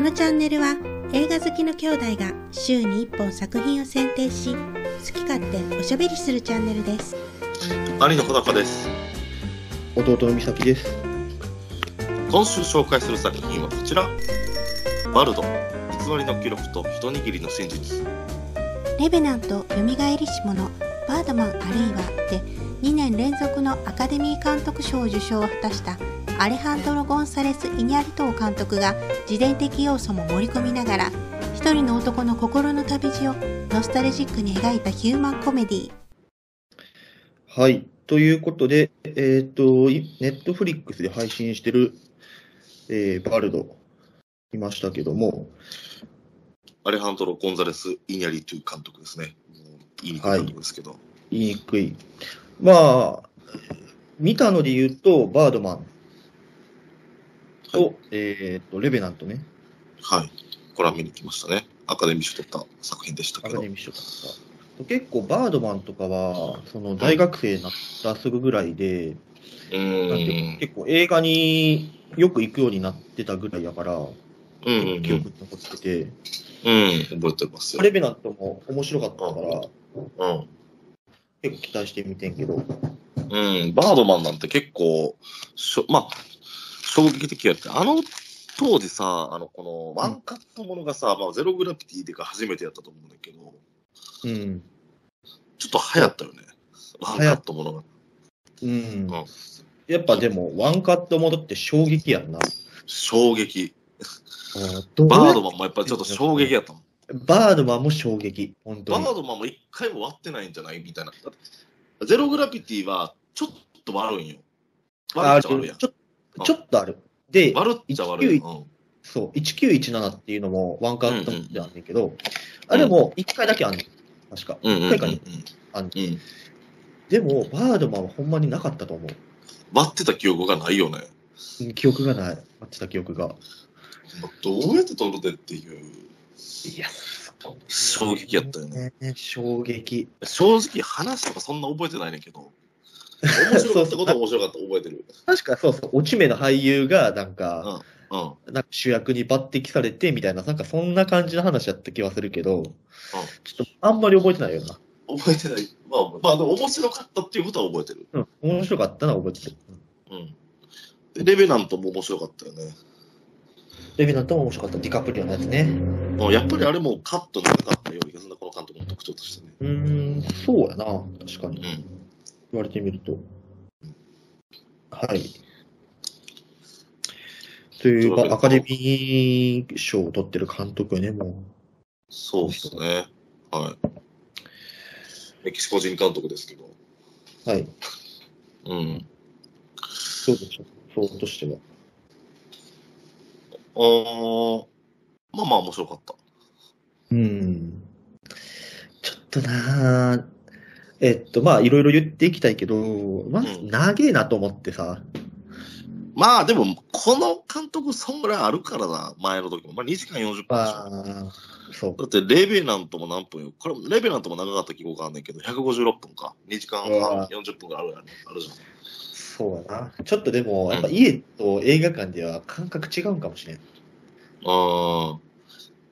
のチャンネルは映画好きの兄弟が週に1本作品を選定し好き勝手おしゃべりするチャンネルです兄の小高です弟の美咲です。今週紹介する作品はこちらバルド偽りの記録と一握りの真実レベナント蘇りし者バードマンあるいはで2年連続のアカデミー監督賞受賞を果たしたアレハンドロ・ゴンサレス・イニャリトー監督が自伝的要素も盛り込みながら一人の男の心の旅路をノスタルジックに描いたヒューマンコメディはい。ということで、えっ、と、ネットフリックスで配信してる、えーバルド、いましたけども、アレハンドロ・ゴンザレス・イニャリトゥ監督ですねもう言いにくい監督ですけど、言いにくい。まあ、見たので言うと、バードマンと、はいえっ、と、レベナントね、はいこれは見に来ましたねアカデミー賞取った作品でしたアけカどデミー賞とか。結構、バードマンとかは、その、大学生になったすぐぐらいで、うなんていうかーん結構映画によく行くようになってたぐらいやかうら、んうん記憶に残ってて、うん、うん、覚えてますよ、レベナントも面白かったから、うん結構期待してみてんけど。うん、バードマンなんて結構、しょまあ、衝撃的やって、あの当時さ、あのこのワンカットものがさ、まあ、ゼログラビティでか初めてやったと思うんだけど、うん。ちょっと流行ったよね、ワンカットものが。うんうん。やっぱでも、ワンカット戻って衝撃やんな。衝撃。どうバードマンもやっぱりちょっと衝撃やったもん。バードマンも衝撃。本当バに。ードマンも一回も割ってないんじゃないみたいな。だってゼログラビティはちょっと悪いんよ。悪いっちゃ悪いやん。ちょちょっとある。で、悪っちゃ悪いよ。うんそう、1917っていうのもワンカットであんねんけど、あんれも1回だけあんねん。確か。うんうんうん一回かあんうんうん。でも、バードマンはほんまになかったと思う割ってた記憶がないよね。うん。記憶がない。待ってた記憶が。どうやって撮るでっていういや、衝撃やったよね。衝撃。正直話とかそんな覚えてないねんけど、面白かったことは面白かった覚えてる。確かそうそう、落ち目の俳優が、なんか、 うん。うんなんか主役に抜擢されてみたいな、なんかそんな感じの話だった気はするけど、ちょっとあんまり覚えてないよな。覚えてない。まあ、まあ、でも面白かったっていうことは覚えてる。うん、面白かったな、覚えてる。うんうん。でレベナントも面白かったよね。レビナントも面白かった、ディカプリオのやつね。もうやっぱりあれもカットなかったように、この監督の特徴としてね。うーん、そうやな、確かに。うん。言われてみると。はい。という、まあアカデミー賞を取ってる監督よね、もそうですね。はい。メキシコ人監督ですけど。う。はい。うん。そうでしょう。そうとしては。あー、まあまあ面白かった。うんちょっとなあえっと、まあ、いろいろ言っていきたいけど、まあうん、長えなと思ってさ、まあでも、この監督、そんぐらいあるからな、前の時も。まあ2時間40分でしょ。まあ、そうだ。って、レベナントも何分よ。これ、レベナントも長かった記号があんねんけど、156分か。2時間半うわ40分ぐらいあるやんあるじゃそうやな。ちょっとでも、やっぱ家と映画館では感覚違うんかもしれん。ん。うん。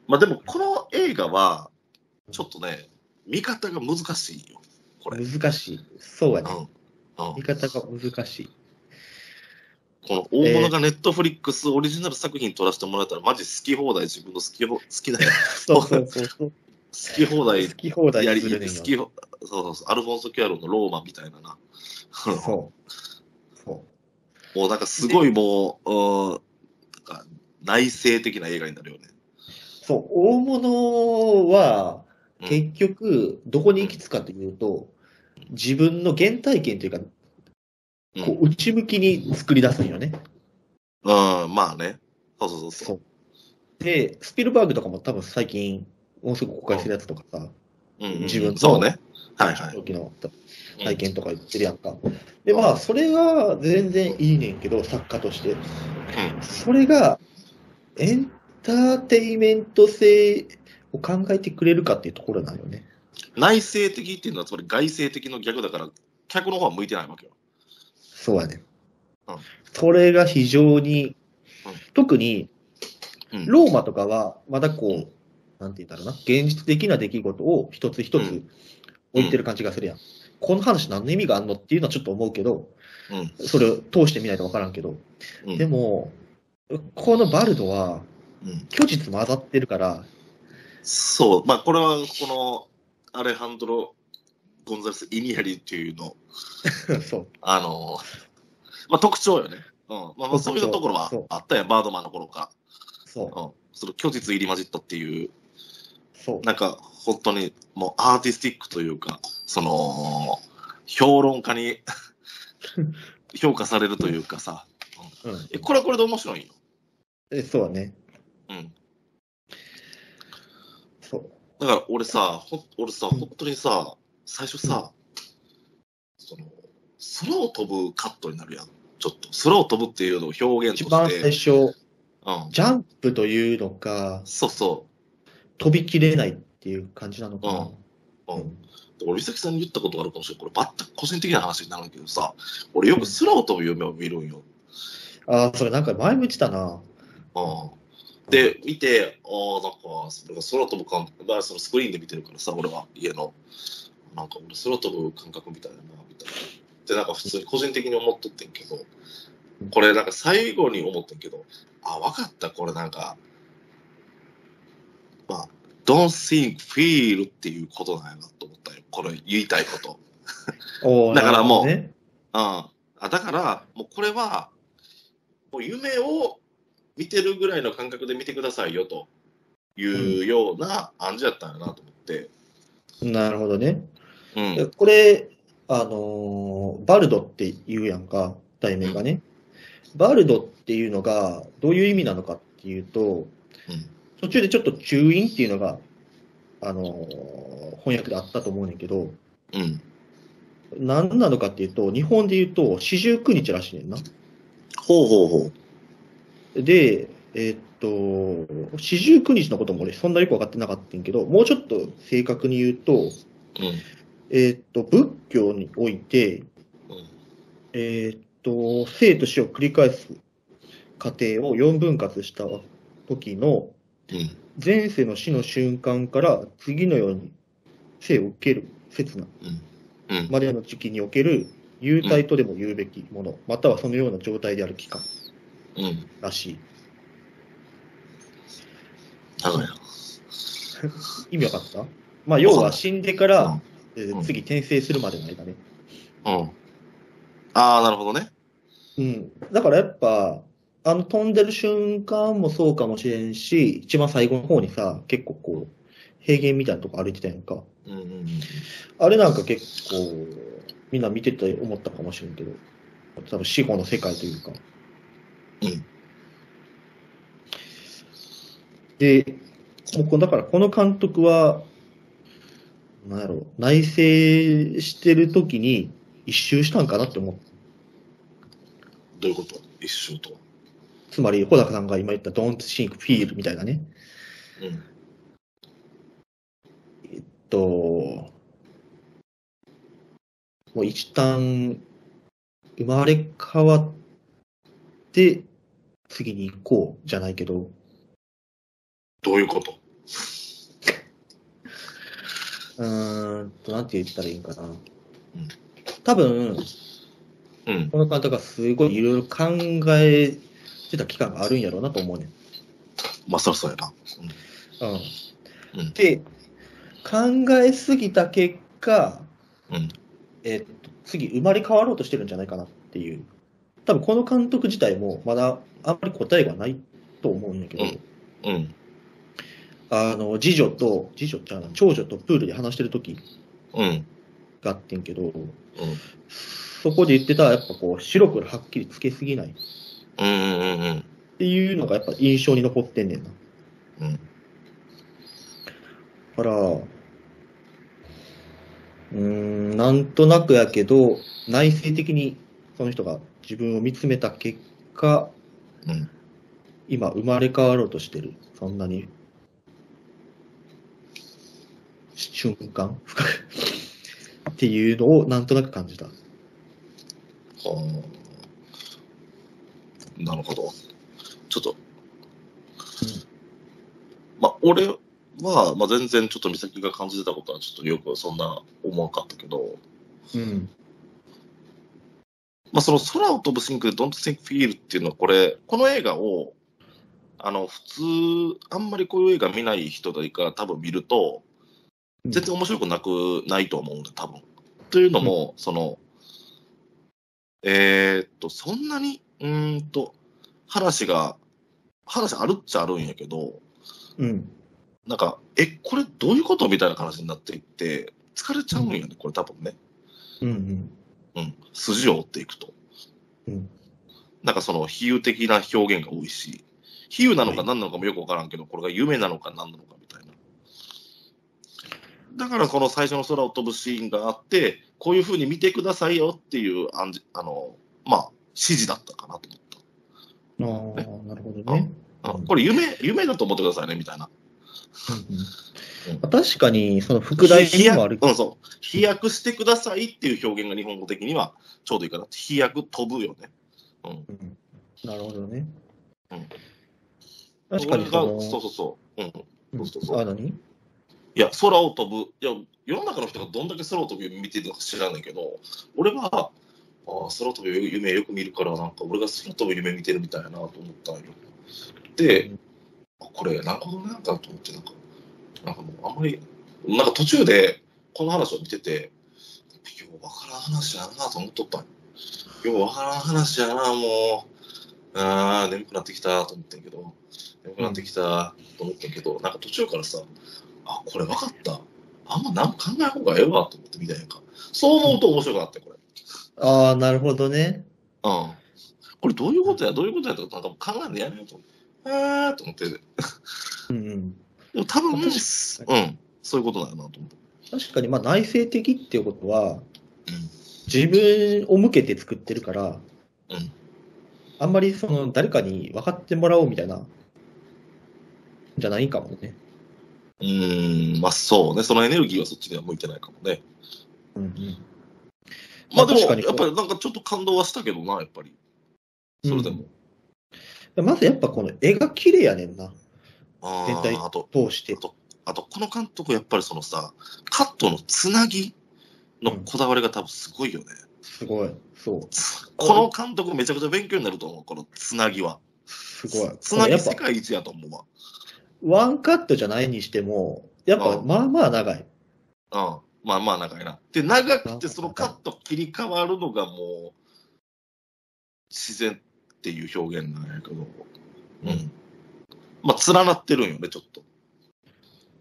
まあでも、この映画は、ちょっとね、見方が難しいよ。これ。うん。難しい。そうやうん。ね。こ見方が難しい。の大物がネットフリックスオリジナル作品撮らせてもらえたら、マジ好き放題、自分の好きほ好きな、好そうそうそうそう。き放題好き放題やり、するねん好きよ、そうそうそう、アルフォンソ・キュアロンのローマみたいなな。そう。そう。もうなんかすごいもう、うん、なんか内政的な映画になるよね。そう、大物はうん結局、どこに行き着くかというと、自分の原体験というか、うんこう内向きに作り出すんよね。うん、まあね。そうそうそうそう。う。で、スピルバーグとかも多分最近、もうすぐ公開するやつとかさ、うんうんうん自分のそうね。はいはい。時のうん体験とか言ってるやんか。で、まあ、それは全然いいねんけど、作家として。それが、エンターテイメント性を考えてくれるかっていうところなんよね。内政的っていうのは、つまり外政的の逆だから、客の方は向いてないわけよ。そうやね。うんそれが非常にうん、特に、うんローマとかは、まだこう、なんて言うんだろうな、現実的な出来事を一つ一うつん置いてる感じがするやん。この話何の意味があんのっていうのはちょっと思うけど、うんそれを通してみないとわからんけど。うんでも、このバルドは、うん虚実混ざってるから、 そう、まあ、これはこのアレハンドロ・ゴンザレス・イニアリっていうの、そう。あのまあ、特徴よね。うんまあ、まあそういうところはそうあったやん、バードマンの頃かそうら。。うん、その虚実入り混じったっていう、そう。なんか本当にもうアーティスティックというか、その評論家に 評価されるというかさ、うんえこれはこれで面白いよ。えそうだね。うん、そう。だから俺さ、ほん俺さ、本当にさ、最初さ、その空を飛ぶカットになるやん。ちょっと空を飛ぶっていうのを表現一と番し最て、初、うん、ジャンプというのか、そうそ飛びきれないっていう感じなのかな。う、ううんん、俺、美咲さんに言ったことがあるかもしれない。これ、全く個人的な話になるんだけどさ、俺、よく空を飛ぶ夢を見るんよ。ああ、それなんか前も言ってたな。うん、で、見て、ああ、なんか、それが空飛ぶ感覚、まあ、そのスクリーンで見てるからさ、俺は、家の、なんか、俺、空飛ぶ感覚みたいなな、みたいな。で、なんか、普通に個人的に思っとってんけど、これ、なんか、最後に思ってんけど、あ、わかった、これ、なんか、まあ、don't think, feel っていうことなんやなと思ったよ。これ、言いたいこと。おーだからもうなるああだから、もうこれは、もう夢を見てるぐらいの感覚で見てくださいよというような暗示やったんやなと思って。ほどね。なるほどね。ういやん。これ、あのーバルドって言うやんか、題名がね。バルドっていうのが、どういう意味なのかっていうと、うん途中でちょっと中音っていうのが、あのー翻訳であったと思うねんだけど、うん。何なのかっていうと、日本で言うと四十九日らしいねんな。ほうほうほう。で、えーっと、四十九日のことも俺そんなよく分かってなかったんやけど、もうちょっと正確に言うと、えーっと、仏教において、うん。うん。えーっと、生と死を繰り返す過程を4分割した時のうん。前世の死の瞬間から次のように生を受ける刹那うん。までの時期における幽体とでも言うべきもの、またはそのような状態である期間うん。らしい。だからや。意味わかったまあ、要わかんはない死んでから、うんえーうん次転生するまでの間ね。うん。ああ、なるほどね。うん。だからやっぱ、あの飛んでる瞬間もそうかもしれんし、一番最後の方にさ、結構こう、平原みたいなとこ歩いてたやんか。うんうんうん。あれなんか結構、みんな見てて思ったかもしれんけど、多分死後の世界というか。うん。で、もうこだからこの監督は、なんやろう、内省してる時に一周したんかなって思った。どういうこと一緒とは。つまり、穂高さんが今言った Don't Think Feel みたいなね。うん。えっと、もう一旦、生まれ変わって、次に行こうじゃないけど、どういうことうーんと、なんて言ったらいいんかな。多分、うん。この方がすごいいろいろ考えてた期間があるんやろうなと思うねん。まあ、そりゃそうやな。ううんん。で、考えすぎた結果、うん。えっと、次生まれ変わろうとしてるんじゃないかなっていう。多分この監督自体もまだあんまり答えがないと思うんだけど、うんうん。あの、次女と、次女ちゃうな長女とプールで話してる時うん。があってんけど、そこで言ってたやっぱこう、白黒はっきりつけすぎないっうん。うんうんうんうん。ていうのがやっぱ印象に残ってんねんな。うん。だから、うーん、なんとなくやけど、内省的にその人が自分を見つめた結果、うん今生まれ変わろうとしてる。そんなに。瞬間っていうのをなんとなく感じた。はあなるほど。ちょっと、俺は、まあ、全然ちょっと美咲が感じてたことはちょっとよくそんな思わなかったけど、うん。まあ、その空を飛ぶシンクで Don't Think Feel っていうのはこれ、この映画を、あの、普通、あんまりこういう映画見ない人だから多分見ると、全然面白くなくないと思うんだ、多分。というのも、その、えーっと、そんなに、うーんと、話が、話あるっちゃあるんやけど、うん。なんか、え、これどういうことみたいな話になっていって、疲れちゃうんよね、これ多分ね。うん。ううん。ん。筋を追っていくと。うん。なんかその比喩的な表現が多いし、比喩なのかはい何なのかもよくわからんけど、これが夢なのか何なのかみたいな。だからこの最初の空を飛ぶシーンがあって、こういうふうに見てくださいよっていう暗示、あの、まあ、指示だったかなと思っああ、なるほどね。た。あうんこれ夢、夢だと思ってくださいね、みたいな。うんうん確かに、その副題飛に躍もあるけうん、そう。飛躍してくださいっていう表現が日本語的にはちょうどいいかな。飛躍飛ぶよね。うん。ど。うんなるほどねうん。確かに俺そがの、そうそうそう。うん。うんそうそうそうあ、何いや、空を飛ぶ。いや、世の中の人がどんだけ空を飛ぶ夢見てるのか知らないけど、俺は、ああ、空飛ぶ夢よく見るから、なんか俺が空飛ぶ夢見てるみたいやなと思ったんよ。で、あこれ、なるほどね、なんかと思って、なんか、なんかもうあんまり、なんか途中でこの話を見てて、ようわからん話やなと思っとったんよ。ようわからん話やな、もう。ああ、眠くなってきたと思ってんけど、眠くなってきたと思ってんけど、なんか途中からさ、あ、これ分かった。あんま何も考えん方がええわと思ってみたいやんか。そう思うと面白くなって、これ。ああ、なるほどね。うん。これどういうことや、どういうことやとか、なんか考えんでやめようと思って。えーと思って。でうんうん。も多分、うん、確そういうことだよなと思って。確かに、まあ、内省的っていうことはうん、自分を向けて作ってるからうん、あんまりその誰かに分かってもらおうみたいな、じゃないかもね。うーん、まあそうね。そのエネルギーはそっちには向いてないかもね。うんうんまあでも、確かにやっぱりなんかちょっと感動はしたけどな、やっぱり。それでも。うんまずやっぱこの絵が綺麗やねんな、あ全体あ、あと、通してあ。と、あとこの監督、やっぱりそのさ、カットのつなぎのこだわりが多分すごいよね。すごい。そう。この監督めちゃくちゃ勉強になると思う、このつなぎは。すごい。つなやぎっぱ世、界一やと思うわ。ワンカットじゃないにしても、やっぱ、うんまあまあ長い。うん。まあまあ長いな。で、長くてそのカット切り替わるのがもう、自然っていう表現なんやけど。うん。まあ、連なってるんよね、ちょっと。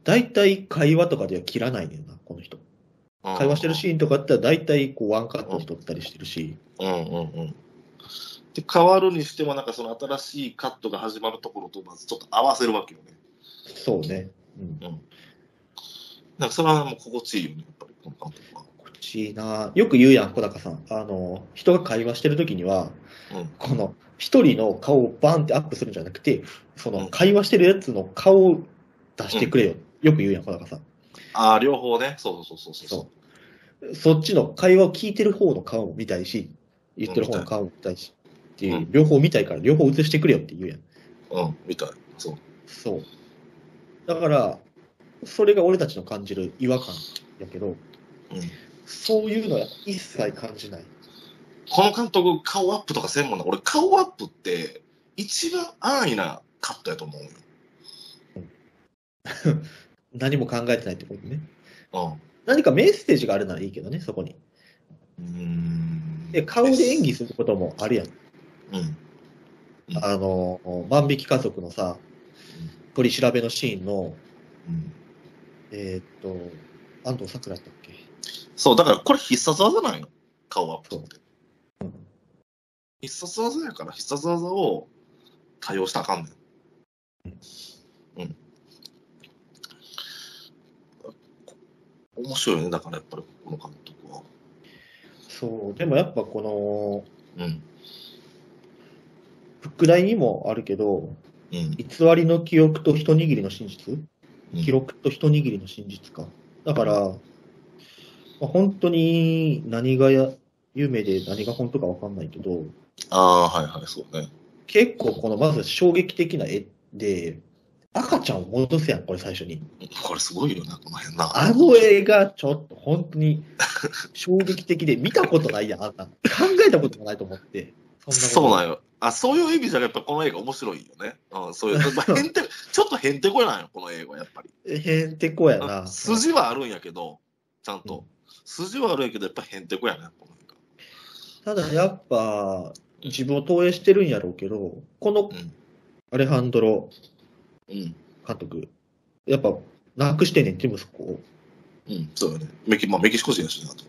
大体会話とかでは切らないねんな、この人。うん会話してる。シーンとかあったら、大体こうワンカットに撮ったりしてるし。うんうんうん。で、変わるにしても、なんかその新しいカットが始まるところと、まずちょっと合わせるわけよね。そうね。うん。なんかそれはもう心地いいよね、やっぱり、この監督は。こっちいいな。よく言うやん、小高さん。あの、人が会話してる時には、うんこの、一人の顔をバンってアップするんじゃなくて、そうんの、会話してるやつの顔を出してくれよ。よく言うやん、小高さん。ああ、両方ね。そうそうそうそうそう。、そう。そっちの会話を聞いてる方の顔も見たいし、言ってる方の顔も見たいし、っていううん両方見たいから両方映してくれよって言うやん。うん、みたい。そう。そう。だから、それが俺たちの感じる違和感やけど、うん、そういうのは一切感じない。この監督、顔アップとかせんもんな。俺、顔アップって、一番安易なカットやと思うよ。何も考えてないってことね。うん。何かメッセージがあるならいいけどね、そこに。うんで、顔で演技することもあるやん。うん。うんあの、万引き家族のさ、取り調べのシーンの、うんえーっと、安藤サクラだったっけそう、だからこれ必殺技なんよ。顔アップって。必殺技やから、必殺技を多用したらあかんねん。うん。面白いよね、だからやっぱり、この監督は。そう、でもやっぱこうん。の、副題にもあるけど、うん。偽りの記憶と一握りの真実記録と一握りの真実か。だから、まあ、本当に何がや夢で何が本当かわかんないけど、ああ、はいはい、そうね。結構このまず衝撃的な絵で、赤ちゃんを戻すやん、これ最初に。これすごいよな、この辺な。あの映画、ちょっと本当に衝撃的で、見たことないやん、あんな。考えたこともないと思って。そうんなんよ。あ、そういう意味じゃ、やっぱこの映画面白いよね。うん、そう いう、まあ、へんて、ちょっとへんてこなんよ、この映画、やっぱり。よ。へんてこやな。筋はあるんやけど、ちゃんと。筋はあるんやけど、やっぱへんてこやな、この映画。ただやっぱ、自分を投影してるんやろうけど、このうんアレハンドロうん。監督、やっぱ、なくしてんねんって、息子を。うん、そうよね。メキ、まあ、メキシコ人やしなと。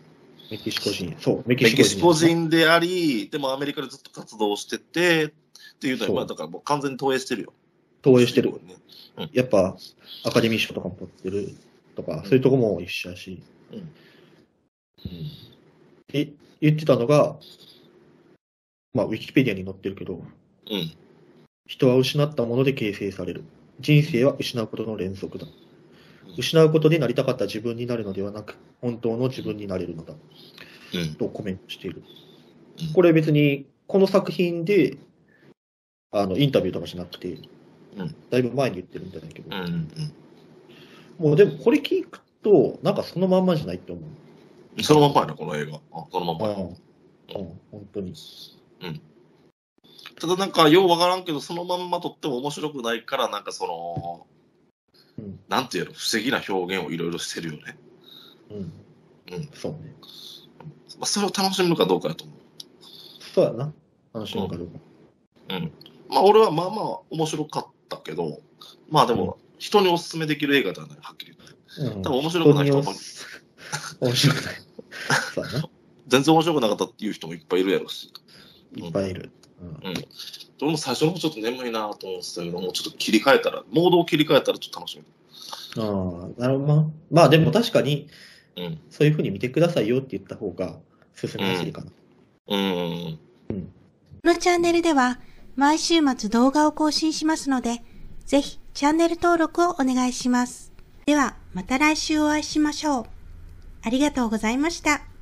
メキシコ人。そう、メキメシコキ人。シコ人であり、でもアメリカでずっと活動してて、っていうのは、そうまあ、だからもう完全に投影してるよ。投影してる。ねやっぱ、アカデミー賞とかも取ってるとか、そういうとこも一緒やし。うんえ、言ってたのが、まあ、ウィキペディアに載ってるけど、うん。人は失ったもので形成される。人生は失うことの連続だうん。失うことでなりたかった自分になるのではなく、本当の自分になれるのだ。うん。とコメントしているうん。これ別に、この作品で、あの、インタビューとかじゃなくて、うんだいぶ前に言ってるんじゃないけど、うん。うん。もうでもこれ聞くと、なんかそのまんまじゃないって思う。うん。そのまんまやな、この映画。あそのまんまや。うん、うん、本当に。ただなんか、ようわからんけど、そのまんまとっても面白くないから、なんかその、うんなんていうの、不思議な表現をいろいろしてるよね。うん。うんそうね。まあ、それを楽しむかどうかやと思う。そうやな。話の中でも。うん。まあ、俺はまあまあ面白かったけど、まあでも、人におすすめできる映画ではない、はっきり言って。うん。多分面白くない人も人によす面白 くない。そうやな。全然面白くなかったっていう人もいっぱいいるやろし。いっぱいいる。うん。俺も最初の方ちょっと眠いなと思ってたけど、もうちょっと切り替えたら、モードを切り替えたらちょっと楽しみ。ああ、なるほどな。まあでも確かに、うん。そういうふうに見てくださいよって言った方が進みやすいかな。うん。このチャンネルでは毎週末動画を更新しますので、ぜひチャンネル登録をお願いします。ではまた来週お会いしましょう。ありがとうございました。